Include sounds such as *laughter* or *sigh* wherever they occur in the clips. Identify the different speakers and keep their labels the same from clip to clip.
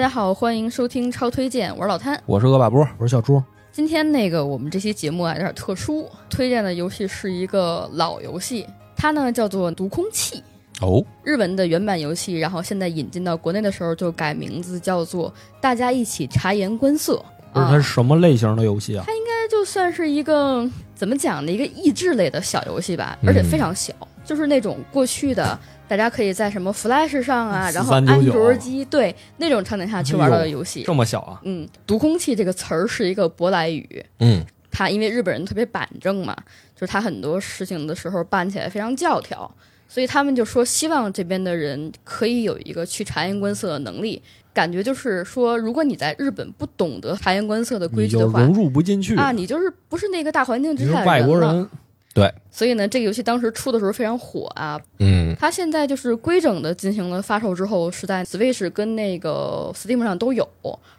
Speaker 1: 家好，欢迎收听超推荐，我是老潘。
Speaker 2: 我是恶霸波，
Speaker 3: 我是小猪，
Speaker 1: 今天那个我们这期节目啊有点特殊，推荐的游戏是一个老游戏，它呢叫做《读空气》，
Speaker 2: 哦，
Speaker 1: 日文的原版游戏，然后现在引进到国内的时候就改名字叫做《大家一起察言观色》
Speaker 3: 不是
Speaker 1: 啊，
Speaker 3: 它是什么类型的游戏啊？
Speaker 1: 它就算是一个怎么讲的一个益智类的小游戏吧，
Speaker 2: 嗯
Speaker 1: 而且非常小，就是那种过去的。大家可以在什么 Flash 上啊，然后安
Speaker 3: 4399
Speaker 1: 卓机对那种场景下去玩到的游戏，
Speaker 3: 这么小啊？
Speaker 1: 嗯，读空气这个词儿是一个舶来语，
Speaker 2: 嗯，
Speaker 1: 它因为日本人特别板正嘛，就是他很多事情的时候办起来非常教条，所以他们就说希望这边的人可以有一个去察言观色的能力。感觉就是说，如果你在日本不懂得察言观色的规
Speaker 3: 你
Speaker 1: 矩
Speaker 3: 就
Speaker 1: 的话，
Speaker 3: 融入不进去，
Speaker 1: 啊，你就是不是那个大环境
Speaker 3: 你
Speaker 1: 之
Speaker 3: 是
Speaker 1: 下的
Speaker 3: 外国
Speaker 1: 人了。
Speaker 3: 人，
Speaker 1: 所以呢，这个游戏当时出的时候非常火啊，
Speaker 2: 嗯，
Speaker 1: 它现在就是规整的进行了发售之后，是在 Switch 跟那个 Steam 上都有，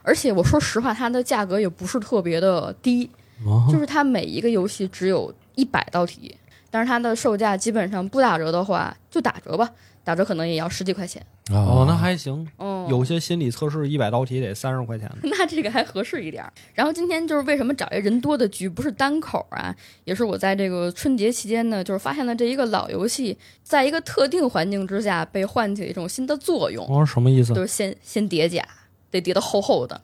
Speaker 1: 而且我说实话，它的价格也不是特别的低，
Speaker 3: 啊
Speaker 1: 就是它每一个游戏只有一百道题，但是它的售价基本上不打折的话就打折吧，打折可能也要十几块钱。
Speaker 3: 哦，那还行。
Speaker 1: 嗯，
Speaker 3: 有些心理测试一百道题得三十块钱呢
Speaker 1: *laughs* 那这个还合适一点儿。然后今天就是为什么找一人多的局，不是单口啊，也是我在这个春节期间呢，就是发现了这一个老游戏，在一个特定环境之下被唤起一种新的作用，
Speaker 3: 我说什么意思
Speaker 1: 就是先先叠甲，得叠得厚厚的。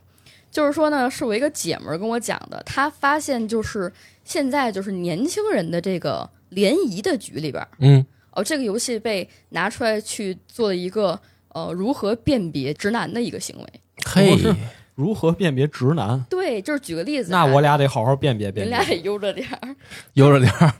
Speaker 1: 就是说呢，是我一个姐们儿跟我讲的，她发现就是现在就是年轻人的这个联谊的局里边儿，
Speaker 2: 嗯，
Speaker 1: 哦，这个游戏被拿出来去做一个呃如何辨别直男的一个行为。
Speaker 2: 嘿
Speaker 3: 我，是如何辨别直男？
Speaker 1: 对，就是举个例子啊，
Speaker 3: 那我俩得好好辨别
Speaker 1: 你
Speaker 3: 辨
Speaker 1: 俩
Speaker 3: 别。
Speaker 1: 也悠着点儿。 *laughs*
Speaker 2: 悠着点儿，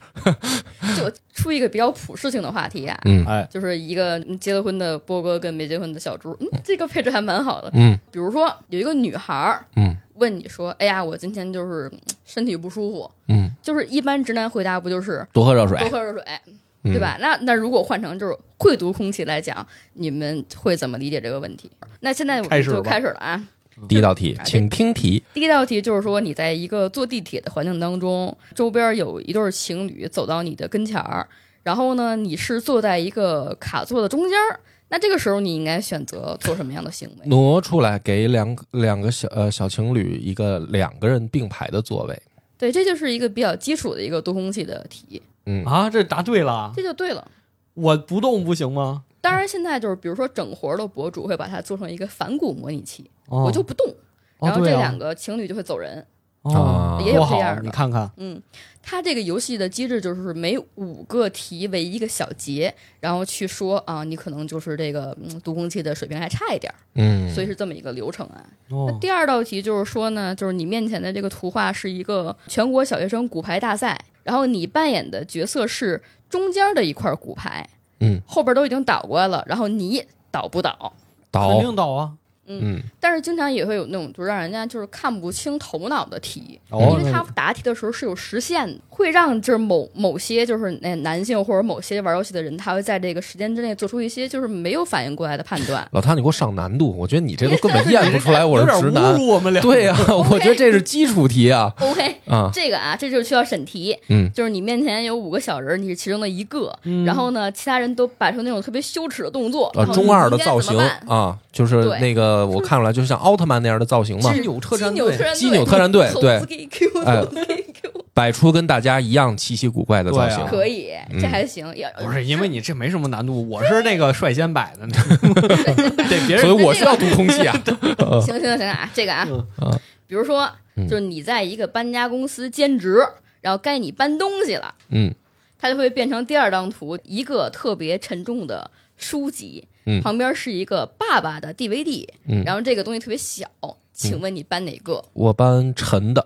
Speaker 1: 就出一个比较普适性的话题啊，
Speaker 2: 嗯
Speaker 3: 哎，
Speaker 1: 就是一个结了婚的波哥跟没结婚的小猪，嗯，这个配置还蛮好的。
Speaker 2: 嗯
Speaker 1: 比如说有一个女孩儿
Speaker 2: 嗯
Speaker 1: 问你说：“哎呀，我今天就是嗯身体不舒服。
Speaker 2: 嗯”，
Speaker 1: 就是一般直男回答不就是
Speaker 2: 多喝热水
Speaker 1: 多，喝热水，
Speaker 2: 嗯
Speaker 1: 对？吧？那那如果换成就是会读空气来讲，你们会怎么理解这个问题？那现在我
Speaker 3: 开
Speaker 1: 们
Speaker 3: 始
Speaker 1: 就
Speaker 3: 吧
Speaker 1: 开始了啊。
Speaker 2: 第一道题，
Speaker 3: 哎
Speaker 2: 请听题，
Speaker 1: 第一道题就是说，你在一个坐地铁的环境当中，周边有一对儿情侣走到你的跟前儿，然后呢，你是坐在一个卡座的中间儿，那这个时候你应该选择做什么样的行为？
Speaker 2: 挪出来给两两个小呃小情侣一个两个人并排的座位，
Speaker 1: 对，这就是一个比较基础的一个读空气的题，
Speaker 2: 嗯
Speaker 3: 啊，这答对了，
Speaker 1: 这就对了。
Speaker 3: 我不动不行吗？
Speaker 1: 当然，现在就是比如说整活儿的博主会把它做成一个反骨模拟器，
Speaker 3: 哦
Speaker 1: 我就不动，
Speaker 3: 哦
Speaker 1: 然后这
Speaker 3: 对啊
Speaker 1: 两个情侣就会走人。
Speaker 3: 哦
Speaker 2: 啊
Speaker 1: 也有
Speaker 3: 多
Speaker 1: 这
Speaker 3: 好
Speaker 1: 样的
Speaker 3: 你看看，
Speaker 1: 嗯，它这个游戏的机制就是每五个题为一个小节，然后去说啊，你可能就是这个嗯读空气的水平还差一点儿，
Speaker 2: 嗯
Speaker 1: 所以是这么一个流程啊。那
Speaker 3: 哦，
Speaker 1: 第二道题就是说呢，就是你面前的这个图画是一个全国小学生骨牌大赛，然后你扮演的角色是中间的一块骨牌，
Speaker 2: 嗯，
Speaker 1: 后边都已经倒过来了，然后你倒不倒？
Speaker 3: 肯
Speaker 2: 倒，
Speaker 3: 定倒啊。
Speaker 2: 嗯。
Speaker 1: 但是经常也会有那种就让人家就是看不清头脑的题，
Speaker 3: 哦
Speaker 1: 因为他答题的时候是有时限的，会让就是某某些就是那男性或者某些玩游戏的人，他会在这个时间之内做出一些就是没有反应过来的判断
Speaker 2: *laughs* 老汤，你给我上难度，我觉得你这都根本验不出来我
Speaker 3: 有点侮
Speaker 2: 是直男。
Speaker 3: 辱我们俩。 *laughs*
Speaker 2: 对呀、啊我觉得这是基础题啊
Speaker 1: OK，
Speaker 2: 啊，
Speaker 1: 这个啊，这就需要审题，
Speaker 2: 嗯
Speaker 1: 就是你面前有五个小人儿，你是其中的一个，
Speaker 3: 嗯
Speaker 1: 然后呢，其他人都摆出那种特别羞耻的动作，
Speaker 2: 啊
Speaker 1: 然，后
Speaker 2: 中二的
Speaker 1: 你应该怎
Speaker 2: 造
Speaker 1: 么
Speaker 2: 型
Speaker 1: 办
Speaker 2: 啊，就是
Speaker 1: 对
Speaker 2: 那个我看出来，就像奥特曼那样的造型嘛
Speaker 3: 金，牛特
Speaker 1: 金
Speaker 3: 战
Speaker 1: 牛
Speaker 3: 队
Speaker 1: 特，战队，
Speaker 2: 金牛特战队
Speaker 1: 猴 *laughs*
Speaker 2: 对
Speaker 1: 子给 Q，
Speaker 2: 哎
Speaker 1: 猴子给 Q，
Speaker 2: 摆出跟大家一样稀奇古怪的造型
Speaker 3: 对啊。
Speaker 1: 可以，这还行，也
Speaker 2: 嗯
Speaker 3: 不是因为你这没什么难度，我是那个率先摆的，得 *laughs* 别
Speaker 2: 所
Speaker 3: 人
Speaker 2: 以我需要读空
Speaker 3: *laughs*
Speaker 2: 气啊。
Speaker 1: 行行行啊，这个啊
Speaker 3: 嗯
Speaker 2: 啊，
Speaker 1: 比如说，
Speaker 2: 嗯
Speaker 1: 就是你在一个搬家公司兼职，然后该你搬东西了，
Speaker 2: 嗯
Speaker 1: 它就会变成第二张图，一个特别沉重的书籍，
Speaker 2: 嗯
Speaker 1: 旁边是一个爸爸的 DVD，
Speaker 2: 嗯，
Speaker 1: 然后这个东西特别小，请问你搬哪个？
Speaker 2: 我搬沉的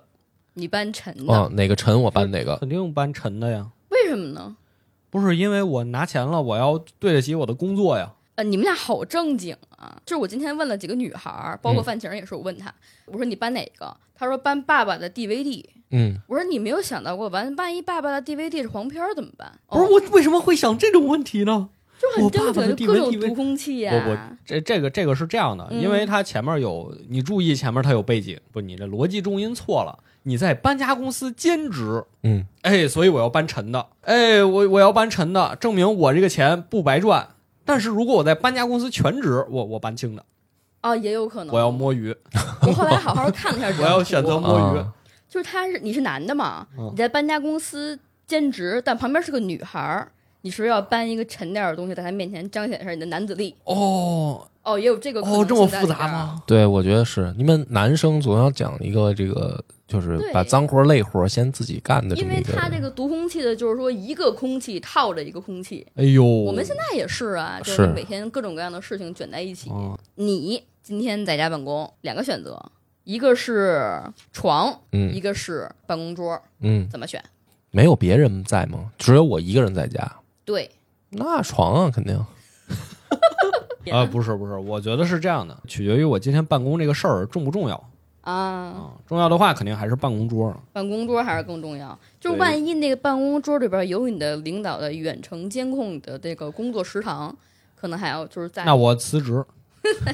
Speaker 1: 你搬沉的，
Speaker 2: 啊，哪个沉我搬哪个。
Speaker 3: 肯定搬沉的呀。
Speaker 1: 为什么呢？
Speaker 3: 不是因为我拿钱了，我要对得起我的工作呀。
Speaker 1: 呃，你们俩好正经啊！就是我今天问了几个女孩儿，包
Speaker 2: 嗯
Speaker 1: 括范晴儿也是，我问她，我说你搬哪个？她说搬爸爸的 DVD。
Speaker 2: 嗯，
Speaker 1: 我说你没有想到过，万万一爸爸的 DVD 是黄片儿怎么办？哦
Speaker 3: 不是我为什么会想这种问题呢？
Speaker 1: 就很
Speaker 3: 我
Speaker 1: 正
Speaker 3: 爸爸
Speaker 1: 经，
Speaker 3: 的
Speaker 1: 就各
Speaker 3: DVD
Speaker 1: 种读空气呀、
Speaker 3: 不不，这这个这个是这样的，
Speaker 1: 嗯
Speaker 3: 因为它前面有你注意前面它有背景，不，你这逻辑重音错了。你在搬家公司兼职，
Speaker 2: 嗯，
Speaker 3: 哎，所以我要搬沉的，哎，我我要搬沉的，证明我这个钱不白赚。但是如果我在搬家公司全职，我我搬轻的，
Speaker 1: 啊，也有可能。
Speaker 3: 我要摸鱼，
Speaker 1: 我后来好好看了一下这张图，
Speaker 3: *laughs* 我要选择摸鱼
Speaker 2: 啊
Speaker 1: 就是他是你是男的嘛，
Speaker 3: 嗯
Speaker 1: 你在搬家公司兼职，但旁边是个女孩儿，你是不是要搬一个沉点儿的东西在她面前彰显一下你的男子力？
Speaker 3: 哦
Speaker 1: 哦，也有这个可能
Speaker 3: 哦，这么
Speaker 1: 性在
Speaker 3: 复
Speaker 1: 里边
Speaker 3: 杂
Speaker 1: 儿？
Speaker 3: 吗？
Speaker 2: 对，我觉得是你们男生总要讲一个这个，就是
Speaker 1: 对
Speaker 2: 把脏活儿累活儿先自己干的这
Speaker 1: 因
Speaker 2: 么
Speaker 1: 为
Speaker 2: 一个。
Speaker 1: 它这个读空气的，就是说一个空气套着一个空气，
Speaker 3: 哎呦，
Speaker 1: 我
Speaker 3: 我
Speaker 1: 们现在也是啊，就是每天各种各样的事情卷在一起。
Speaker 3: 哦
Speaker 1: 你今天在家办公，两个选择，一个是床，
Speaker 2: 嗯
Speaker 1: 一个是办公桌，
Speaker 2: 嗯，
Speaker 1: 怎么选？
Speaker 2: 没有别人在吗？只有我一个人在家，
Speaker 1: 对，
Speaker 2: 那床啊肯定。
Speaker 1: 别
Speaker 3: 啊，
Speaker 1: 的
Speaker 3: 不是不是，我觉得是这样的，取决于我今天办公这个事儿重不重要
Speaker 2: 哦
Speaker 1: 啊，
Speaker 3: 啊。重要的话，肯定还是办公桌了。
Speaker 1: 办公桌还是更重要。就是
Speaker 3: 对
Speaker 1: 万一那个办公桌里边有你的领导的远程监控你的这个工作时长，可能还要就是在
Speaker 3: 那我辞职，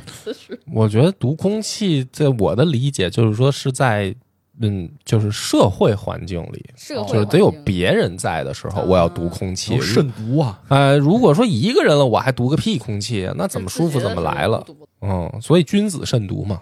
Speaker 1: 此时
Speaker 2: 我觉得读空气，在我的理解就是说是在嗯，就是社会环境里，
Speaker 1: 社
Speaker 2: 哦就
Speaker 1: 会
Speaker 2: 是得有
Speaker 1: 环境
Speaker 2: 别人在的时候，
Speaker 1: 啊
Speaker 2: 我要读空气。
Speaker 3: 哦慎独啊。
Speaker 2: 呃，如果说一个人了，我还读个屁空气啊，那怎么舒服
Speaker 1: 自觉
Speaker 2: 怎
Speaker 1: 地
Speaker 2: 么来了。
Speaker 1: 读
Speaker 2: 嗯，所以君子慎
Speaker 3: *laughs*
Speaker 2: 独嘛。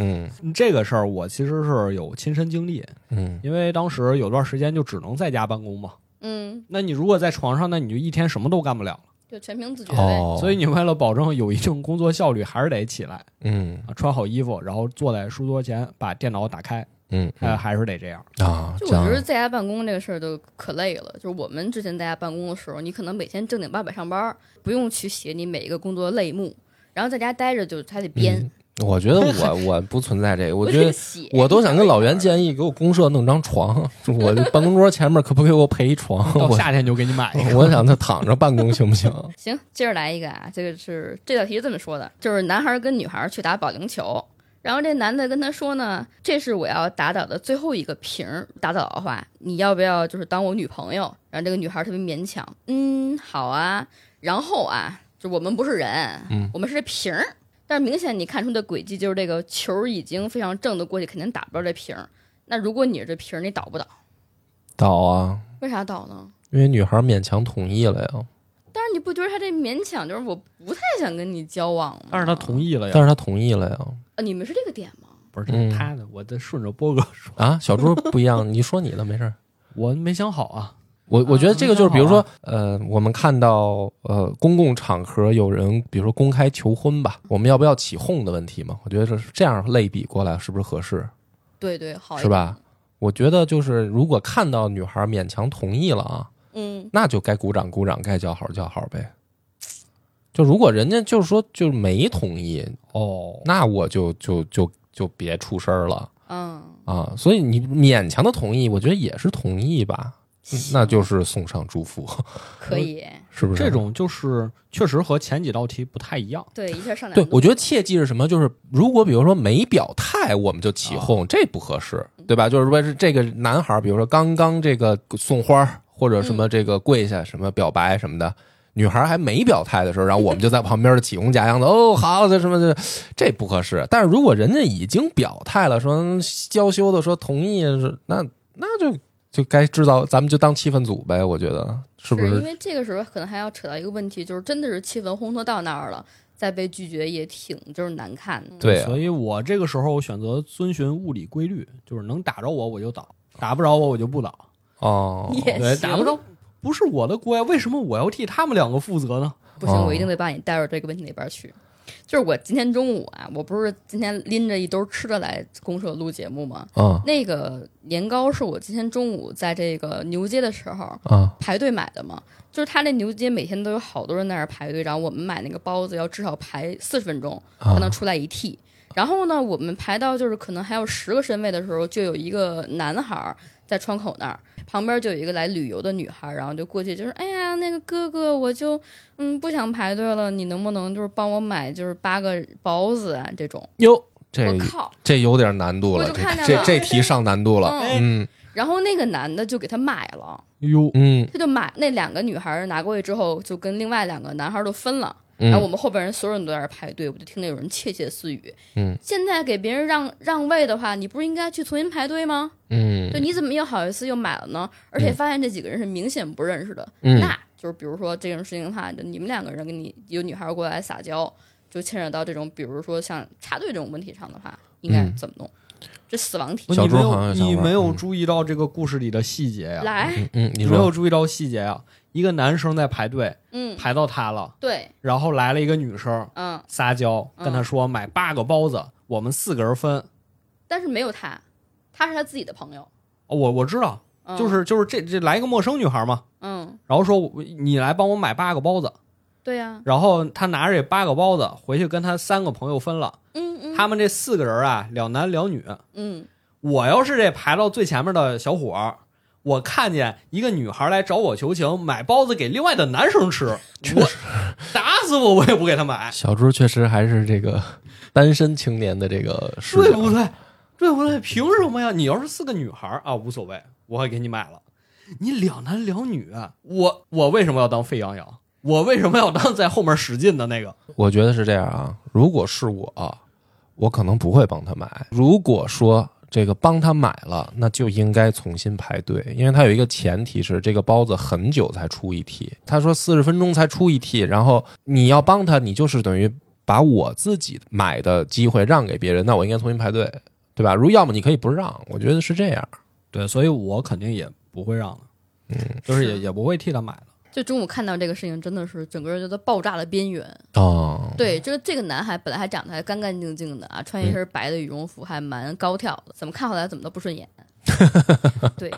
Speaker 2: 嗯
Speaker 3: 这个事儿我其实是有亲身经历，
Speaker 2: 嗯，
Speaker 3: 因为当时有段时间就只能在家办公嘛。
Speaker 1: 嗯，
Speaker 3: 那你如果在床上，那你就一天什么都干不了了。
Speaker 1: 就全凭自觉呗。
Speaker 2: 哦，
Speaker 3: 所以你为了保证有一定工作效率，还是得起来
Speaker 2: 嗯
Speaker 3: 啊，穿好衣服，然后坐在书桌前，把电脑打开，
Speaker 2: 嗯
Speaker 3: 呃，
Speaker 2: 嗯
Speaker 3: 还是得这 *laughs* 样。
Speaker 2: 啊，
Speaker 1: 就
Speaker 2: 这
Speaker 1: 我觉得
Speaker 2: 样
Speaker 1: 在家办公这个事儿都可累了。就是我们之前在家办公的时候，你可能每天正经八百上班儿，不用去写你每一个工作类目，然后在家待着就还得编，
Speaker 2: 嗯我觉得我我不存在这个，
Speaker 1: 我
Speaker 2: 我觉
Speaker 1: 得
Speaker 2: 得
Speaker 1: 写。
Speaker 2: 我都想跟老袁建议给我公社弄张床， *laughs* 我这办公桌前面可不可以给我配一床？
Speaker 3: 到
Speaker 2: 我
Speaker 3: 夏天就给你买一个。
Speaker 2: 我想他躺着办公行不行？
Speaker 1: 行，接着来一个啊，这个是这道题是这么说的，就是男孩儿跟女孩儿去打保龄球，然后这男的跟他说呢，这是我要打倒的最后一个瓶儿，打倒的话，你要不要就是当我女朋友？然后这个女孩儿特别勉强，嗯，好啊，然后啊，就我们不是人，
Speaker 2: 嗯
Speaker 1: 我们是这瓶儿，但是明显你看出的轨迹就是这个球儿已经非常正的过去，肯定打不着这瓶儿。那如果你是这瓶儿，你倒不倒？
Speaker 2: 倒啊，
Speaker 1: 为啥倒呢？
Speaker 2: 因为女孩勉强同意了呀，
Speaker 1: 但是你不觉得他这勉强就是我不太想跟你交往吗？
Speaker 3: 但是他同意了呀
Speaker 2: 但，是她同意了呀。
Speaker 1: 啊，你们是这个点吗？
Speaker 3: 不是这是
Speaker 2: 嗯
Speaker 3: 他的，我得顺着波哥说，
Speaker 2: *laughs* 啊，小猪不一样，你说你的没事儿。
Speaker 3: 我没想好啊。
Speaker 2: 我我觉得这个就是，比如说
Speaker 3: 啊，
Speaker 2: 呃，我们看到呃公共场合有人，比如说公开求婚吧，我们要不要起哄的问题嘛？我觉得这是这样类比过来是不是合适，
Speaker 1: 对对，
Speaker 3: 哦
Speaker 1: 好一
Speaker 2: 是
Speaker 1: 点
Speaker 2: 吧？？我觉得就是如果看到女孩勉强同意了啊，
Speaker 1: 嗯，
Speaker 2: 那就该鼓掌鼓掌，该叫好叫好呗。就如果人家就是说就是没同意，
Speaker 3: 哦，
Speaker 2: 那我就就就就别出声儿了
Speaker 1: 嗯，
Speaker 2: 啊。所以你勉强的同意，我觉得也是同意吧，嗯那就是送上祝福， *laughs*
Speaker 1: 可以，
Speaker 2: 是不是？
Speaker 3: 这种就是确实和前几道题不太一样。
Speaker 1: 对，一下上来。
Speaker 2: 对，我觉得切记是什么？就是如果比如说没表态，我们就
Speaker 3: 啊
Speaker 2: 起哄，这不合适，对吧？就是说是这个男孩儿，比如说刚刚这个送花儿或者
Speaker 1: 嗯
Speaker 2: 什么这个跪下什么表白什么的，女孩儿还没表态的时候，然后我们就在旁边儿起哄假样子，哦，好，这什么这这不合适。但是如果人家已经表态了，说嗯娇羞的说同意，是那那就就该制造，咱们就当气氛组呗，我觉得是不
Speaker 1: 因
Speaker 2: 是？
Speaker 1: 为这个时候可能还要扯到一个问题，就是真的是气氛烘托到那儿了，再被拒绝也挺就是难看的。
Speaker 2: 对啊
Speaker 3: 所以我这个时候选择遵循物理规律，就是能打着我我就倒，打不着我我就不倒。
Speaker 2: 哦，
Speaker 1: 也
Speaker 3: 对，
Speaker 1: 行
Speaker 3: 打不着不是我的锅呀，为什么我要替他们两个负责呢？
Speaker 1: 不行，
Speaker 2: 哦
Speaker 1: 我一定得把你带到这个问题里边去。就是我今天中午啊，我不是今天拎着一兜吃的来公社录节目吗？
Speaker 2: 嗯
Speaker 1: 那个年糕是我今天中午在这个牛街的时候
Speaker 2: 啊
Speaker 1: 排队买的嘛，就是他那牛街每天都有好多人在那儿排队，然后我们买那个包子要至少排四十分钟才能
Speaker 2: 啊
Speaker 1: 出来一屉。然后呢，我们排到就是可能还有十个身位的时候，就有一个男孩儿在窗口那儿，旁边就有一个来旅游的女孩儿，然后就过去就是，哎呀，那个哥哥，我就嗯不想排队了，你能不能就是帮我买就是八个包子啊这种？
Speaker 2: 哟，这
Speaker 1: 我靠！
Speaker 2: 这有点难度
Speaker 1: 我
Speaker 2: 了，
Speaker 1: 就看
Speaker 2: 这
Speaker 1: 见了
Speaker 2: 这这题上难度了。
Speaker 1: 嗯，
Speaker 2: 嗯
Speaker 1: 然后那个男的就给他买了。
Speaker 3: 哟，
Speaker 2: 嗯
Speaker 1: 他就买那两个女孩儿拿过去之后，就跟另外两个男孩儿都分了。然后我
Speaker 2: 嗯
Speaker 1: 们后边人所有人都在那儿排队，我就听见有人窃窃私语。
Speaker 2: 嗯，
Speaker 1: 现在给别人让让位的话，你不是应该去重新排队吗？就
Speaker 2: 嗯
Speaker 1: 你怎么又好意思又买了呢？而且
Speaker 2: 嗯
Speaker 1: 发现这几个人是明显不认识的，
Speaker 2: 嗯
Speaker 1: 那就是比如说这种事情的话，就你们两个人跟你有女孩儿过来撒娇，就牵扯到这种，比如说像插队这种问题上的话，应该
Speaker 2: 嗯
Speaker 1: 怎么弄？这死亡题，
Speaker 2: 小
Speaker 3: 你
Speaker 2: 猪
Speaker 3: 没
Speaker 2: 好像
Speaker 3: 有
Speaker 2: 有想
Speaker 3: 你
Speaker 2: 法
Speaker 3: 没有
Speaker 2: 嗯
Speaker 3: 注意到这个故事里的细节呀、
Speaker 1: 来，
Speaker 2: 嗯，你
Speaker 3: 没有
Speaker 2: 说
Speaker 3: 注意到细节呀、一个男生在排队，
Speaker 1: 嗯，
Speaker 3: 排到他了，
Speaker 1: 对，
Speaker 3: 然后来了一个女生
Speaker 1: 嗯，
Speaker 3: 撒娇，跟他说买八个包子，我们四个人分。
Speaker 1: 但是没有他，他是他自己的朋友，
Speaker 3: 哦我我知道，
Speaker 1: 嗯、
Speaker 3: 就，是就是这这来一个陌生女孩嘛，
Speaker 1: 嗯，
Speaker 3: 然后说我你来帮我买八个包子，
Speaker 1: 对呀、
Speaker 3: 然后他拿着这八个包子回去跟他三个朋友分了。
Speaker 1: 嗯嗯，
Speaker 3: 他们这四个人啊，两男两女。
Speaker 1: 嗯，
Speaker 3: 我要是这排到最前面的小伙儿，我看见一个女孩来找我求情，买包子给另外的男生吃，我打死我我也不给他买，
Speaker 2: 小猪确实还是这个单身青年的这个视
Speaker 3: 对
Speaker 2: 角
Speaker 3: 不对？对不对？凭什么呀？你要是四个女孩儿啊，无所谓，我还给你买了。你两男两女，啊我我为什么要当沸羊羊？我为什么要当在后面使劲的那个？
Speaker 2: 我觉得是这样啊，如果是我，我可能不会帮他买。如果说这个帮他买了，那就应该重新排队，因为他有一个前提是这个包子很久才出一屉。他说四十分钟才出一屉，然后你要帮他，你就是等于把我自己买的机会让给别人，那我应该重新排队，对吧？如要么你可以不让，我觉得是这样。
Speaker 3: 对，所以我肯定也不会让的，嗯，就是也
Speaker 1: 是
Speaker 3: 也不会替他买的。
Speaker 1: 就中午看到这个事情，真的是整个人就在爆炸的边缘。
Speaker 2: 哦，
Speaker 1: 对，就是这个男孩本来还长得还干干净净的啊，穿
Speaker 3: 嗯
Speaker 1: 一身白的羽绒服，还蛮高挑的，怎么看后来怎么都不顺
Speaker 3: *laughs*
Speaker 1: 眼。对，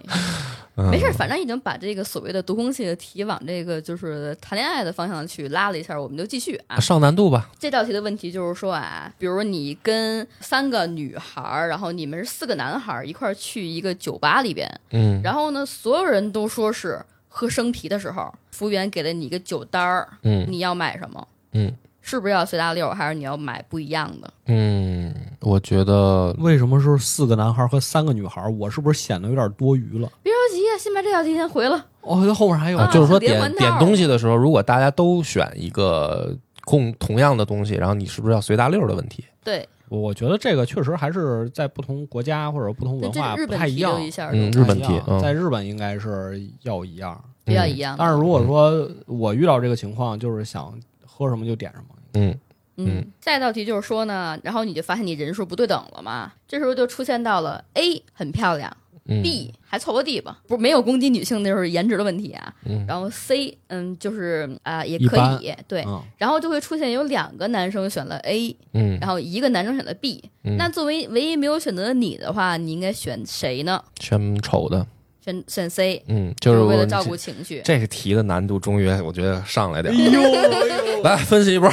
Speaker 3: 嗯
Speaker 1: 没事儿，反正已经把这个所谓的读空气的题往这个就是谈恋爱的方向去拉了一下，我们就继续啊。
Speaker 2: 上难度吧，
Speaker 1: 这道题的问题就是说啊，比如你跟三个女孩儿，然后你们是四个男孩儿一块儿去一个酒吧里边，
Speaker 2: 嗯
Speaker 1: 然后呢，所有人都说是喝生啤的时候，服务员给了你一个酒单儿，
Speaker 2: 嗯
Speaker 1: 你要买什么？
Speaker 2: 嗯，
Speaker 1: 是不是要随大溜儿，还是你要买不一样的？
Speaker 2: 嗯，我觉得
Speaker 3: 为什么是四个男孩和三个女孩？我是不是显得有点多余了？
Speaker 1: 别着急呀，先把这道题先回了。
Speaker 3: 哦，那后面还有
Speaker 2: 啊，
Speaker 1: 啊
Speaker 2: 就是说
Speaker 1: 连
Speaker 2: 点
Speaker 1: 环套
Speaker 2: 点东西的时候，如果大家都选一个共同样的东西，然后你是不是要随大溜的问题？
Speaker 1: 对，
Speaker 3: 我我觉得这个确实还是在不同国家或者不同
Speaker 1: 对，
Speaker 3: 文
Speaker 1: 这
Speaker 3: 化
Speaker 1: 日
Speaker 3: 不
Speaker 1: 本
Speaker 3: 太一
Speaker 1: 提
Speaker 3: 样
Speaker 1: 溜。一下儿
Speaker 2: 嗯
Speaker 1: 都
Speaker 2: 日本题
Speaker 3: 不太一样
Speaker 2: 嗯
Speaker 3: 在日本应该是要一样。
Speaker 1: 比较
Speaker 2: 嗯
Speaker 1: 一样的。
Speaker 3: 但是如果说我遇到这个情况，就是想喝什么就点什么。
Speaker 2: 嗯
Speaker 1: 嗯，下一道题就是说呢，然后你就发现你人数不对等了嘛，这时候就出现到了 A 很漂亮
Speaker 2: 嗯
Speaker 1: ，B 还凑合地吧，不是没有攻击女性，那就是颜值的问题啊。
Speaker 2: 嗯
Speaker 1: 然后 C 嗯就是啊、也
Speaker 3: 一
Speaker 1: 可
Speaker 3: 般
Speaker 1: 以对，
Speaker 3: 嗯，
Speaker 1: 然后就会出现有两个男生选了 A，
Speaker 2: 嗯，
Speaker 1: 然后一个男生选了 B，、
Speaker 2: 嗯
Speaker 1: 那作为唯一没有选择的你的话，你应该选谁呢？
Speaker 2: 选丑的，
Speaker 1: 选选 C，
Speaker 2: 嗯，就是
Speaker 1: 为
Speaker 2: 我
Speaker 1: 了照顾哎情绪。
Speaker 2: 这个题的难度终于我觉得上来点儿，
Speaker 3: 呦，
Speaker 2: 来分析一波。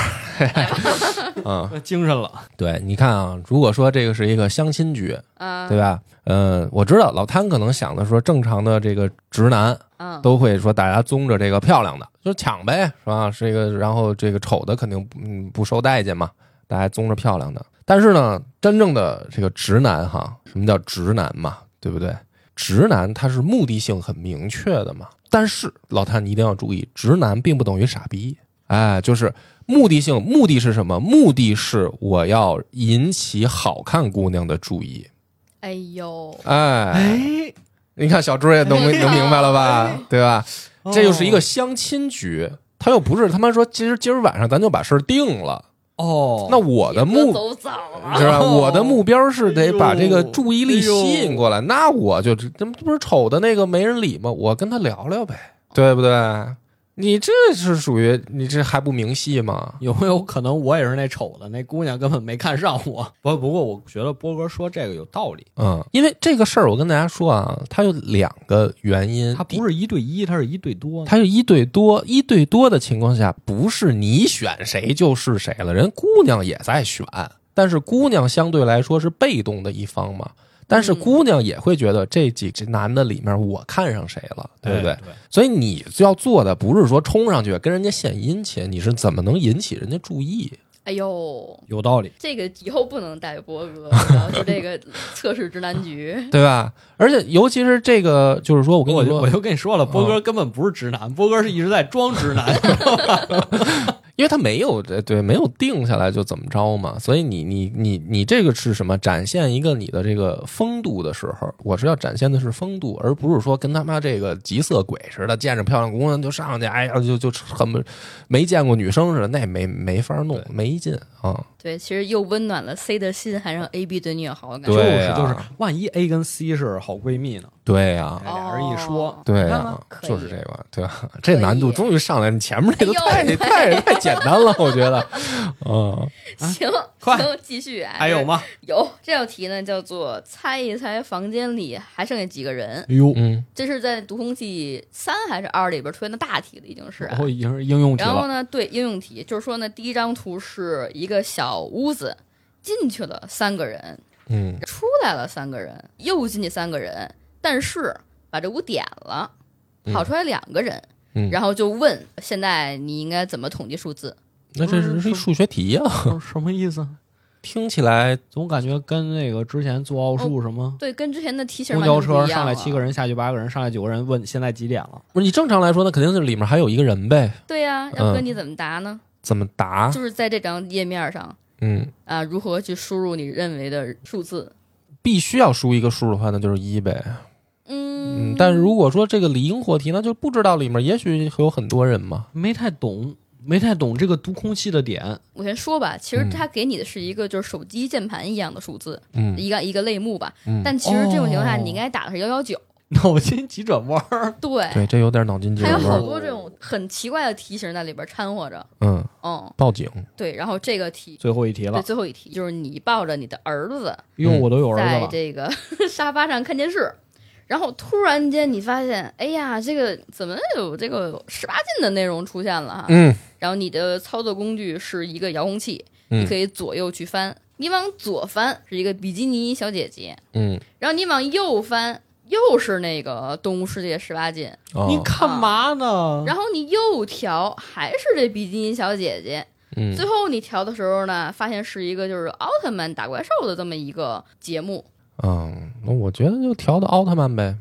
Speaker 2: 嗯，
Speaker 3: 精神了。
Speaker 2: 对，你看啊，如果说这个是一个相亲局，
Speaker 1: 啊
Speaker 2: 对吧？嗯，我知道老潘可能想的说，正常的这个直男
Speaker 1: 嗯，
Speaker 2: 都会说大家宗着这个漂亮的就抢呗，是吧？这个然后这个丑的肯定不嗯不受待见嘛，大家宗着漂亮的。但是呢，真正的这个直男哈，什么叫直男嘛？对不对？直男他是目的性很明确的嘛。但是老谭，你一定要注意，直男并不等于傻逼，哎，就是目的性，目的是什么？目的是我要引起好看姑娘的注意，
Speaker 1: 哎呦，
Speaker 2: 哎，
Speaker 3: 哎，
Speaker 2: 你看小猪也能能明白了吧？对吧？
Speaker 3: 哦哎
Speaker 2: 这就是一个相亲局，他又不是他妈说，其实今儿晚上咱就把事儿定了。
Speaker 3: 哦，
Speaker 2: 那我的
Speaker 1: 你哥
Speaker 2: 目
Speaker 1: 走早了，
Speaker 2: 是吧？
Speaker 3: 哦
Speaker 2: 我的目标是得把这个
Speaker 3: 哎呦
Speaker 2: 注意力吸引过来。
Speaker 3: 哎
Speaker 2: 那我就这这不是瞅的那个没人理吗？我跟他聊聊呗，对不对？你这是属于你这还不明细吗？
Speaker 3: 有没有可能我也是那丑的？那姑娘根本没看上我。不，不过我觉得波哥说这个有道理，
Speaker 2: 嗯，因为这个事儿，我跟大家说啊，它有两个原因。
Speaker 3: 他
Speaker 2: 第
Speaker 3: 不是一对一，他是一对多。
Speaker 2: 它是一对多，一对多的情况下，不是你选谁就是谁了，人姑娘也在选，但是姑娘相对来说是被动的一方嘛。但是
Speaker 1: 嗯
Speaker 2: 姑娘也会觉得这几这男的里面我看上谁了，对不对？
Speaker 3: 哎对
Speaker 2: 所以你要做的不是说冲上去跟人家献殷勤，你是怎么能引起人家注意？
Speaker 1: 哎呦。
Speaker 3: 有道理。
Speaker 1: 这个以后不能带波哥，然后是这个测试直男局。 *laughs*
Speaker 2: 对吧？而且尤其是这个，就是说我
Speaker 3: 嗯
Speaker 2: 跟
Speaker 3: 我
Speaker 2: 你
Speaker 3: 就
Speaker 2: 说
Speaker 3: 我，就跟你说了，波哥根本不是直男，波哥是一直在装直男。
Speaker 2: 因为他没有这对没有定下来就怎么着嘛，所以你你你你这个是什么？展现一个你的这个风度的时候，我是要展现的是风度，而不是说跟他妈这个急色鬼似的，见着漂亮姑娘就上去，哎呀就就很不没见过女生似的，那也没没法弄，没劲啊。
Speaker 1: 对，其实又温暖了 C 的心，还让 A、B 对你有好感。
Speaker 3: 就
Speaker 2: 对
Speaker 3: 是 *laughs*
Speaker 2: 啊
Speaker 3: 就是，万一 A 跟 C 是好闺蜜呢？
Speaker 2: 对呀、
Speaker 3: 哎俩人一说，
Speaker 1: 哦
Speaker 2: 对呀、
Speaker 3: 你看看
Speaker 1: 可以
Speaker 2: 就是这个，对吧、啊这难度终于上来了，前面那都
Speaker 1: 哎
Speaker 2: 太、
Speaker 1: 呦
Speaker 2: 太太简单了，我觉
Speaker 1: *laughs*
Speaker 2: 得，嗯，
Speaker 1: 行，
Speaker 3: *laughs* 快
Speaker 1: 行，继续啊。
Speaker 3: 还有？吗？
Speaker 1: 有这道题呢，叫做猜一猜房间里还剩下几个人。
Speaker 3: 哎呦，
Speaker 2: 嗯
Speaker 1: 这是在《读空记三》还是二里边出现的大题了，已经是啊、
Speaker 3: 然后已经是应用哦题
Speaker 1: 然后
Speaker 3: 了，
Speaker 1: 呢，对应用题就是说呢，第一张图是一个小屋子，进去了三个人，
Speaker 2: 嗯，
Speaker 1: 出来了三个人，又进去三个人，但是把这屋点了，跑出来两个人，
Speaker 2: 嗯
Speaker 1: 然后就问现在你应该怎么统计数字？
Speaker 2: 那这是是一数学题呀、
Speaker 3: *laughs* 是什么意思？
Speaker 2: 听起来
Speaker 3: 总感觉跟那个之前做奥数什么
Speaker 1: 对，跟之前的题型
Speaker 3: 公
Speaker 1: 哦完
Speaker 3: 交
Speaker 1: 全不
Speaker 3: 车
Speaker 1: 一样
Speaker 3: 上来
Speaker 1: 了。
Speaker 3: 七个人，下去八个人，上来九个人，问现在几点了？
Speaker 2: 不是你正常来说，那肯定是里面还有一个人呗，
Speaker 1: 对呀、要不然
Speaker 2: 嗯
Speaker 1: 你怎么答呢？
Speaker 2: 怎么答？
Speaker 1: 就是在这张页面上
Speaker 2: 嗯，
Speaker 1: 啊、如何去输入你认为的数字？
Speaker 2: 必须要输一个数的话，那就是一呗。
Speaker 1: 嗯
Speaker 2: 嗯，但如果说这个灵活题，那就不知道里面也许有很多人嘛。
Speaker 3: 没太懂，没太懂这个读空气的点。 *laughs*
Speaker 1: 我先说吧，其实
Speaker 2: 嗯
Speaker 1: 它给你的是一个就是手机键盘一样的数字，
Speaker 2: 嗯
Speaker 1: 一个一个类目吧。
Speaker 2: 嗯
Speaker 1: 但其实这种情况下，
Speaker 3: 哦
Speaker 1: 你应该打的是幺幺九。
Speaker 3: 脑筋急转弯儿，
Speaker 1: 对，
Speaker 2: 对，这有点脑筋急
Speaker 1: 还有
Speaker 2: 转
Speaker 1: 好
Speaker 2: 弯。
Speaker 1: 多这种很奇怪的题型在里边掺和着。
Speaker 2: 嗯，
Speaker 1: 嗯，
Speaker 2: 报警。
Speaker 1: 对。然后这个题，
Speaker 3: 最后一题
Speaker 1: 对，
Speaker 3: 了。
Speaker 1: 最后一题就是你抱着你的儿子
Speaker 3: 哟，我都有儿
Speaker 1: 嗯在
Speaker 3: 子了，
Speaker 1: 这个 *laughs* 沙发上看电视。然后突然间，你发现，哎呀，这个怎么有这个十八禁的内容出现了啊？
Speaker 2: 嗯
Speaker 1: 然后你的操作工具是一个遥控器，你
Speaker 2: 嗯
Speaker 1: 可以左右去翻。你往左翻是一个比基尼小姐姐，
Speaker 2: 嗯，
Speaker 1: 然后你往右翻又是那个《动物世界》十八禁，
Speaker 2: 哦
Speaker 3: 你干嘛呢？
Speaker 1: 啊然后你右调还是这比基尼小姐姐。
Speaker 2: 嗯
Speaker 1: 最后你调的时候呢，发现是一个就是奥特曼打怪兽的这么一个节目。
Speaker 2: 嗯，那我觉得就调到奥特曼呗。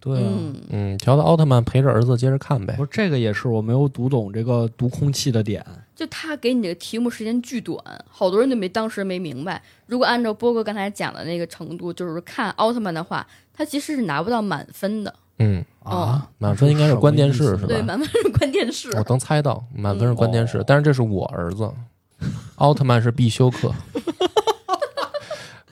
Speaker 3: 对啊，
Speaker 1: 嗯，
Speaker 2: 嗯，调到奥特曼陪着儿子接着看呗
Speaker 3: 不。是这个也是我没有读懂这个读空气的点。
Speaker 1: 就他给你这个题目时间巨短，好多人就没当时没明白。如果按照波哥刚才讲的那个程度，就是看奥特曼的话，他其实是拿不到满分的。
Speaker 2: 嗯，
Speaker 1: 哦
Speaker 3: 啊，
Speaker 2: 满分应该是关电视是吧啊
Speaker 1: 对，满分是关
Speaker 2: *laughs*
Speaker 1: 键是
Speaker 2: 我能猜到满分是关键是，
Speaker 3: 哦
Speaker 2: 但是这是我儿子，奥特曼是必修
Speaker 1: *laughs*
Speaker 2: 课，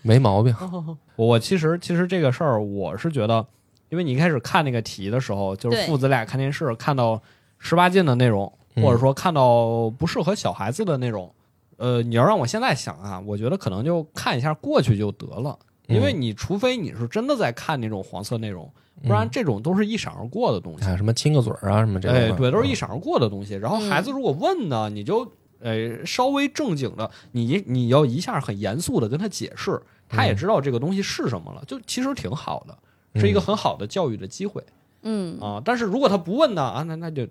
Speaker 2: 没毛病。
Speaker 3: 我我其实其实这个事儿，我是觉得，因为你一开始看那个题的时候，就是
Speaker 1: 对
Speaker 3: 父子俩看电视，看到十八禁的内容，
Speaker 2: 嗯
Speaker 3: 或者说看到不适合小孩子的内容，呃，你要让我现在想啊，我觉得可能就看一下过去就得了，因为
Speaker 2: 嗯
Speaker 3: 你除非你是真的在看那种黄色内容，不
Speaker 2: 嗯
Speaker 3: 然这种都是一闪而过的东西。
Speaker 2: 啊，什么亲个嘴儿啊，什么这种的
Speaker 3: 哎，对，都是一闪而过的东西。然后孩子如果问呢，你就呃稍微正经的，你一你要一下很严肃的跟他解释，他
Speaker 2: 嗯
Speaker 3: 也知道这个东西是什么了，就其实挺好的，
Speaker 2: 嗯
Speaker 3: 是一个很好的教育的机会
Speaker 1: 嗯，
Speaker 3: 啊。但是如果他不问呢，啊，那那就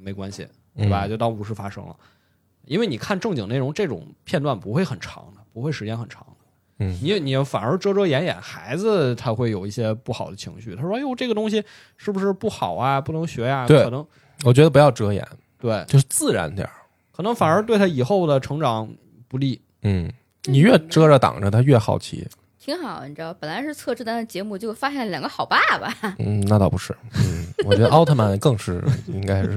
Speaker 3: 没关系，对吧？
Speaker 2: 嗯
Speaker 3: 就当无事发生了，因为你看正经内容，这种片段不会很长的，不会时间很长的。
Speaker 2: 嗯
Speaker 3: 你你反而遮遮掩掩，孩子他会有一些不好的情绪。他说：“哎呦，这个东西是不是不好啊？不能学呀、
Speaker 2: 对
Speaker 3: 可能
Speaker 2: 我觉得不要遮掩，
Speaker 3: 对，
Speaker 2: 就是自然点儿。
Speaker 3: 可能反而对他以后的成长不利。
Speaker 2: 嗯，你越遮着挡着，他越好奇。
Speaker 1: 挺好，你知道，本来是测试单的节目，结果发现两个好爸
Speaker 2: *laughs*
Speaker 1: 爸。
Speaker 2: 嗯，那倒不是。嗯，我觉得奥特曼更是应
Speaker 1: *laughs*
Speaker 2: 该是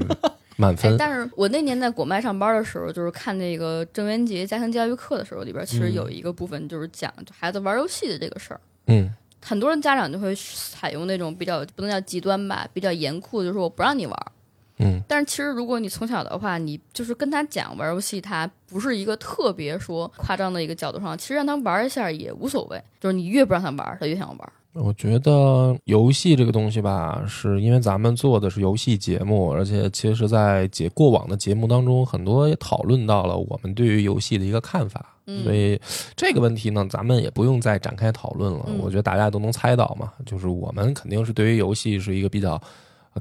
Speaker 2: 满
Speaker 1: 哎
Speaker 2: 分，。
Speaker 1: 但是我那年在国麦上班的时候，就是看那个郑渊洁家庭教育课的时候，里边其实有一个部分就是讲就孩子玩游戏的这个事儿。
Speaker 2: 嗯
Speaker 1: 很多人家长就会采用那种比较不能叫极端吧，比较严酷，就是我不让你玩。
Speaker 2: 嗯
Speaker 1: 但是其实如果你从小的话，你就是跟他讲玩游戏，他不是一个特别说夸张的一个角度上，其实让他玩一下也无所谓。就是你越不让他玩，他越想玩。
Speaker 2: 我觉得游戏这个东西吧，是因为咱们做的是游戏节目，而且其实，在节过往的节目当中，很多也讨论到了我们对于游戏的一个看法。
Speaker 1: 嗯，
Speaker 2: 所以这个问题呢，咱们也不用再展开讨论了。
Speaker 1: 嗯
Speaker 2: 我觉得大家都能猜到嘛，就是我们肯定是对于游戏是一个比较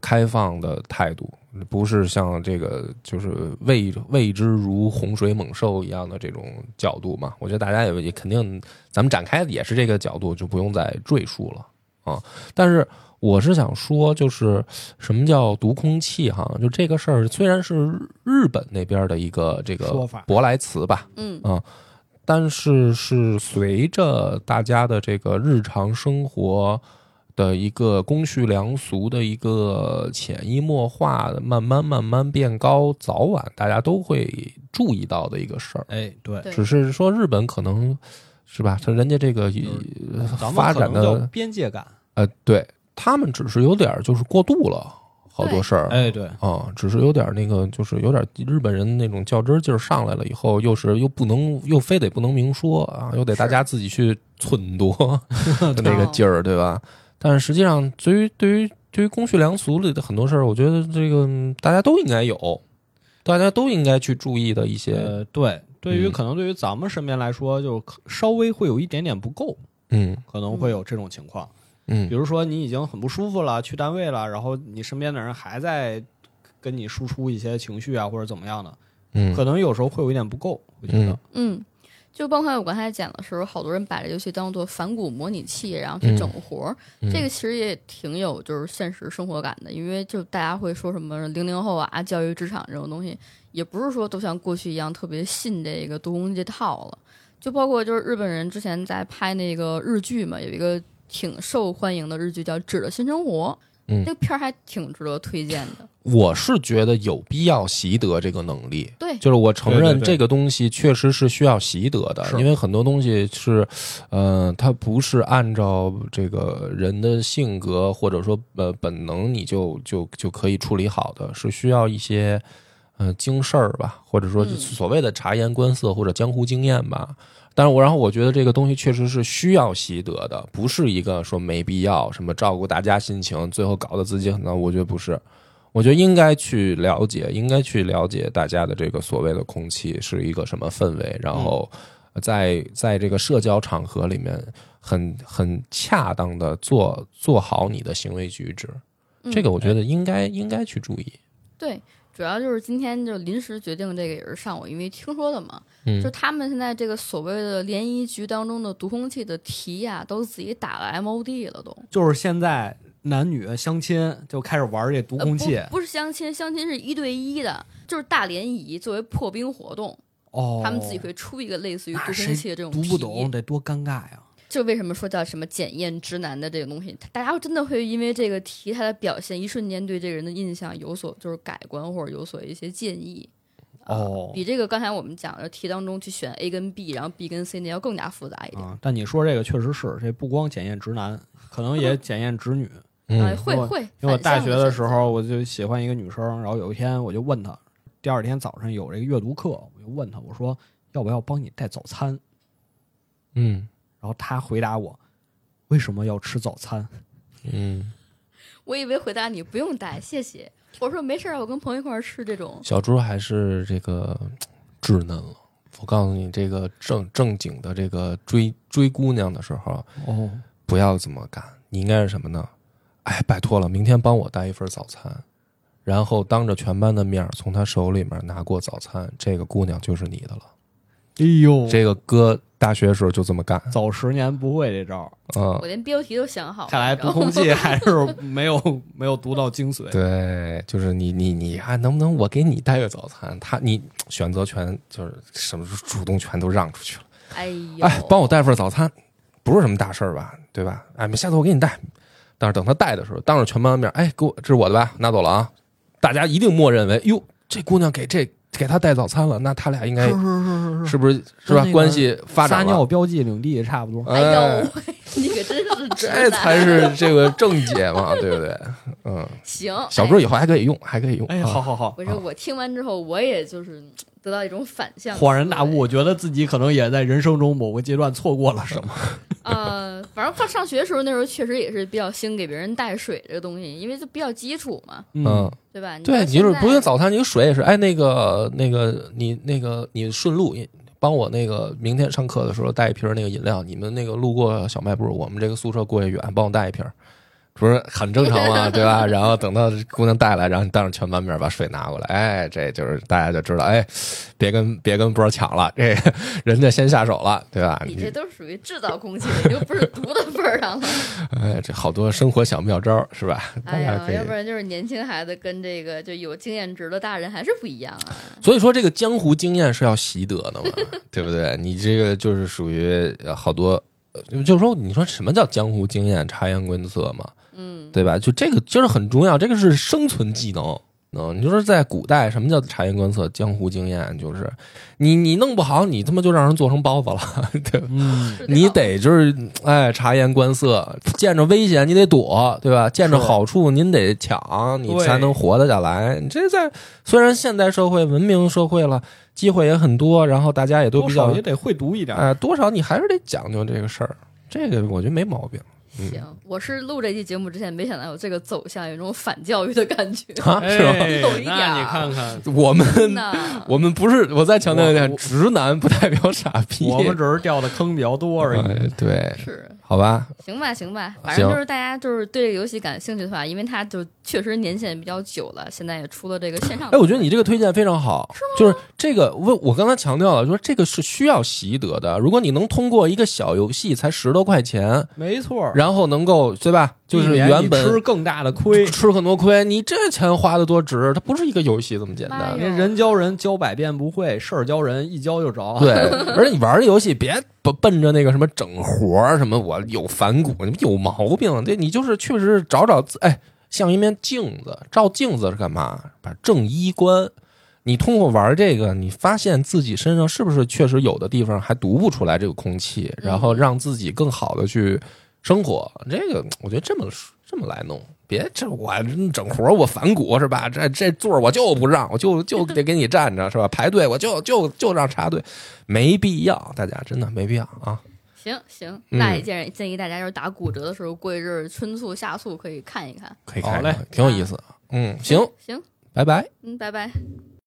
Speaker 2: 开放的态度，不是像这个就是未未知如洪水猛兽一样的这种角度嘛。我觉得大家也也肯定，咱们展开的也是这个角度，就不用再赘述了啊。但是我是想说，就是什么叫读空气哈？就这个事儿，虽然是日本那边的一个这
Speaker 4: 说
Speaker 2: 个
Speaker 4: 法
Speaker 2: 舶来词吧，
Speaker 1: 嗯
Speaker 2: 但是是随着大家的这个日常生活的一个公序良俗的一个潜移默化，慢慢慢慢变高，早晚大家都会注意到的一个事儿。
Speaker 3: 哎，对，
Speaker 1: 对
Speaker 2: 只是说日本可能是吧，他人家这个呃
Speaker 3: 咱
Speaker 2: 发
Speaker 3: 们可
Speaker 2: 展
Speaker 3: 能叫
Speaker 2: 的
Speaker 3: 边界感。
Speaker 2: 呃，对他们只是有点儿就是过度了，好多事儿。
Speaker 3: 哎，对，
Speaker 2: 啊、只是有点儿那个，就是有点儿日本人那种较真儿劲儿上来了以后，又是又不能又非得不能明说啊，又得大家自己去
Speaker 3: *laughs*
Speaker 2: 忖度那个劲儿，对吧？但是实际上，对于对于对于公序良俗里的很多事儿，我觉得这个嗯大家都应该有，大家都应该去注意的一些，
Speaker 3: 呃，对，对于
Speaker 2: 嗯
Speaker 3: 可能对于咱们身边来说，就可稍微会有一点点不够，
Speaker 2: 嗯
Speaker 3: 可能会有这种情况。比
Speaker 2: 嗯
Speaker 3: 如说你已经很不舒服了，去单位了，然后你身边的人还在跟你输出一些情绪啊，或者怎么样的，
Speaker 2: 嗯
Speaker 3: 可能有时候会有一点不够。我觉得
Speaker 2: 嗯，
Speaker 1: 嗯，就包括我刚才讲的时候，好多人把这游戏当做反骨模拟器，然后去整活儿。
Speaker 2: 嗯
Speaker 1: 这个其实也挺有就是现实生活感的，因为就大家会说什么零零后啊，教育职场这种东西，也不是说都像过去一样特别信这个读空这套了。就包括就是日本人之前在拍那个日剧嘛，有一个挺受欢迎的日剧叫《纸的新生活》，
Speaker 2: 嗯
Speaker 1: 那个片儿还挺值得推荐的。
Speaker 2: 我是觉得有必要习得这个能力，
Speaker 1: 对，
Speaker 2: 就是我承
Speaker 3: 对对
Speaker 2: 认
Speaker 3: 对
Speaker 2: 这个东西确实是需要习得的，
Speaker 3: 是
Speaker 2: 因为很多东西是，呃，它不是按照这个人的性格或者说呃本能你就就就可以处理好的，是需要一些呃经事儿吧，或者说
Speaker 1: 嗯
Speaker 2: 所谓的察言观色或者江湖经验吧。但是我然后我觉得这个东西确实是需要习得的，不是一个说没必要什么照顾大家心情，最后搞得自己很难。我觉得不是，我觉得应该去了解，应该去了解大家的这个所谓的空气是一个什么氛围，然后在在这个社交场合里面很很恰当的做做好你的行为举止，
Speaker 1: 嗯
Speaker 2: 这个我觉得应该应该去注意。
Speaker 1: 对，主要就是今天就临时决定这个也是上午，因为听说的嘛。
Speaker 2: 嗯
Speaker 1: 就他们现在这个所谓的联谊局当中的读空气的题呀、都自己打了 MOD 了都。
Speaker 3: 就是现在男女相亲就开始玩这读
Speaker 1: 呃
Speaker 3: 空气、
Speaker 1: 不不是相亲，相亲是一对一的，就是大联谊作为破冰活动，
Speaker 3: 哦，
Speaker 1: 他们自己会出一个类似于读
Speaker 3: 那
Speaker 1: 空
Speaker 3: 谁
Speaker 1: 气的这种
Speaker 3: 读
Speaker 1: 题。
Speaker 3: 不懂得多尴尬呀。
Speaker 1: 就为什么说叫什么检验直男的这个东西，大家真的会因为这个题他的表现，一瞬间对这个人的印象有所就是改观，或者有所一些建议。啊
Speaker 3: 哦
Speaker 1: 比这个刚才我们讲的题当中去选 A 跟 B，然后 B 跟 C 那要更加复杂一点。
Speaker 3: 啊，但你说这个确实是，这不光检验直男，可能也检验直女。
Speaker 1: 啊，
Speaker 2: 嗯
Speaker 1: 会
Speaker 3: 我
Speaker 1: 会。
Speaker 3: 因为我
Speaker 1: 嗯反
Speaker 3: 大
Speaker 1: 向
Speaker 3: 学的
Speaker 1: 选
Speaker 3: 时
Speaker 1: 择，
Speaker 3: 候我就喜欢一个女生，然后有一天我就问她，第二天早上有这个阅读课，我就问她，我说要不要帮你带早餐？
Speaker 2: 嗯
Speaker 3: 然后她回答我，为什么要吃早餐？
Speaker 2: 嗯，
Speaker 1: 我以为回答你不用带，谢谢。我说没事儿，啊我跟朋友一块儿吃这种。
Speaker 2: 小猪还是这个稚嫩了。我告诉你，这个正正经的这个追追姑娘的时候，
Speaker 3: 哦，
Speaker 2: 不要这么干，你应该是什么呢？哎，拜托了，明天帮我带一份早餐，然后当着全班的面儿从她手里面拿过早餐，这个姑娘就是你的了。
Speaker 3: 哎呦
Speaker 2: 这个哥大学时候就这么干，
Speaker 3: 早十年不会这招，
Speaker 2: 嗯
Speaker 1: 我，连标题都想好了，
Speaker 3: 看来
Speaker 1: 然
Speaker 3: 读
Speaker 1: 后 *laughs*
Speaker 3: 空气还是没有没有读到精髓。
Speaker 2: 对，就是你你你还能不能我给你带个早餐？他你选择权就是什么主动权都让出去了。
Speaker 1: 哎
Speaker 3: *laughs*
Speaker 1: 呦，
Speaker 2: 哎，帮我带份早餐，不是什么大事儿吧？对吧？哎，下次我给你带。但是等他带的时候，当着全班的面，哎，给我这是我的吧，拿走了啊！大家一定默认为，哟，这姑娘给这给他带早餐了，那他俩应
Speaker 3: *laughs*
Speaker 2: 该
Speaker 3: 是是是是是，
Speaker 2: 是不是是
Speaker 3: 跟
Speaker 2: 吧
Speaker 3: 那？个
Speaker 2: 关系发
Speaker 3: 撒
Speaker 2: 展
Speaker 3: 尿
Speaker 2: 了，
Speaker 3: 标记领地也差不多。
Speaker 1: 哎
Speaker 2: 哎
Speaker 1: 呦，你可真
Speaker 3: *laughs*
Speaker 1: 是直男
Speaker 2: 这才是这个正解嘛，对不对？嗯，
Speaker 1: 行。
Speaker 2: 小
Speaker 1: 哎
Speaker 2: 哥以后还可以用，还可以用。
Speaker 3: 哎，
Speaker 2: 啊
Speaker 3: 好好好，
Speaker 1: 我说我听完之后，我也就是嗯得到一种反向
Speaker 3: 恍然大
Speaker 1: 思维
Speaker 3: 悟，我觉得自己可能也在人生中某个阶段错过了什么。
Speaker 1: 呃，反正上上学的时候，那时候确实也是比较兴给别人带水这个东西，因为就比较基础嘛，
Speaker 2: 嗯，
Speaker 1: 对吧？你
Speaker 2: 对，
Speaker 1: 到
Speaker 2: 你
Speaker 1: 现
Speaker 2: 就是
Speaker 1: 在
Speaker 2: 不用早餐，你水也是。哎，那个那个，你那个你顺路，你帮我那个明天上课的时候带一瓶那个饮料。你们那个路过小卖部，我们这个宿舍过去远，帮我带一瓶。不是很正常吗？对吧？ *laughs* 然后等到姑娘带来，然后你当着全班面把水拿过来，哎，这就是大家就知道，哎，别跟别跟波儿抢了，这个 *laughs* 人家先下手了，对吧？
Speaker 1: 你这都属于制造空气了，你又不是读的份儿上了。
Speaker 2: 哎，这好多生活小妙招儿是吧？大 *laughs*
Speaker 1: 哎
Speaker 2: 家
Speaker 1: 呀，
Speaker 2: 可以
Speaker 1: 要不然就是年轻孩子跟这个就有经验值的大人还是不一样啊。
Speaker 2: 所以说，这个江湖经验是要习得的嘛，对不对？你这个就是属于呃好多，呃就是说，你说什么叫江湖经验？察言观色嘛，
Speaker 1: 嗯，
Speaker 2: 对吧？就这个就是很重要，这个是生存技能。嗯，你就说在古代，什么叫察言观色、江湖经验？就是你你弄不好，你他妈就让人做成包子了， *laughs* 对吧？
Speaker 3: 嗯，
Speaker 1: 是
Speaker 2: 你
Speaker 1: 好
Speaker 2: 得就是哎察言观色，见着危险你得躲，对吧？见着
Speaker 3: 是
Speaker 2: 好处您得抢，你
Speaker 3: 对
Speaker 2: 才能活得下来。你这在虽然现代社会文明社会了，机会也很多，然后大家也都
Speaker 3: 多
Speaker 2: 比较
Speaker 3: 少也得会读一点。
Speaker 2: 哎，多少你还是得讲究这个事儿，这个我觉得没毛病
Speaker 1: 行。我是录这期节目之前没想到有这个走向，有一种反教育的感
Speaker 2: *laughs*
Speaker 1: 觉。
Speaker 2: 啊，是吧？
Speaker 3: *laughs* 哎
Speaker 1: 有一点啊
Speaker 3: 那
Speaker 1: 儿
Speaker 3: 你看
Speaker 2: *laughs*
Speaker 3: 看，
Speaker 2: 我们
Speaker 1: 真的，
Speaker 2: 我们不是，我再强调一
Speaker 3: 我
Speaker 2: 点，直男不代表傻逼。
Speaker 3: 我们只是掉的坑比较多而已。
Speaker 2: 哎对，
Speaker 1: 啊是
Speaker 2: 好吧，
Speaker 1: 行吧，行吧，反正
Speaker 2: 行
Speaker 1: 就是大家就是对这个游戏感兴趣的话，因为它就确实年限比较久了，现在也出了这个线上。
Speaker 2: 哎，我觉得你这个推荐非常好，就是这个我我刚才强调了，说这个是需要习得的。如果你能通过一个小游戏才十多块钱，
Speaker 3: 没错儿，
Speaker 2: 然后能够对吧，就是
Speaker 3: 避免
Speaker 2: 原
Speaker 3: 你
Speaker 2: 本
Speaker 3: 吃更大的亏。
Speaker 2: 吃很多亏，你这钱花的多值，它不是一个游戏这么简
Speaker 1: 妈
Speaker 2: 单
Speaker 1: 呀。
Speaker 3: 那人教人教百遍不会，事儿教人一教就着。
Speaker 2: 对，而且你玩儿游戏别奔奔着那个什么整活儿什么，我有反骨，你有毛病。对你就是确实找找自，哎，像一面镜子，照镜子是干嘛？把正衣冠。你通过玩这个，你发现自己身上是不是确实有的地方还读不出来这个空气，然后让自己更好的去生活。这个我觉得这么这么来弄，别这我整活儿我反骨是吧？这这座儿我就不让，我就就得给你站着是吧？排队我就就就让插队，没必要，大家真的没必要啊！
Speaker 1: 行行，
Speaker 2: 嗯
Speaker 1: 那也建议建议大家就是打骨折的时候，过一阵儿春促夏促可以看一看。
Speaker 2: 可以
Speaker 3: 好
Speaker 2: 看一
Speaker 3: 嘞
Speaker 2: 看，挺有意思啊。嗯，行，
Speaker 1: 行，
Speaker 2: 拜拜。
Speaker 1: 嗯，拜拜。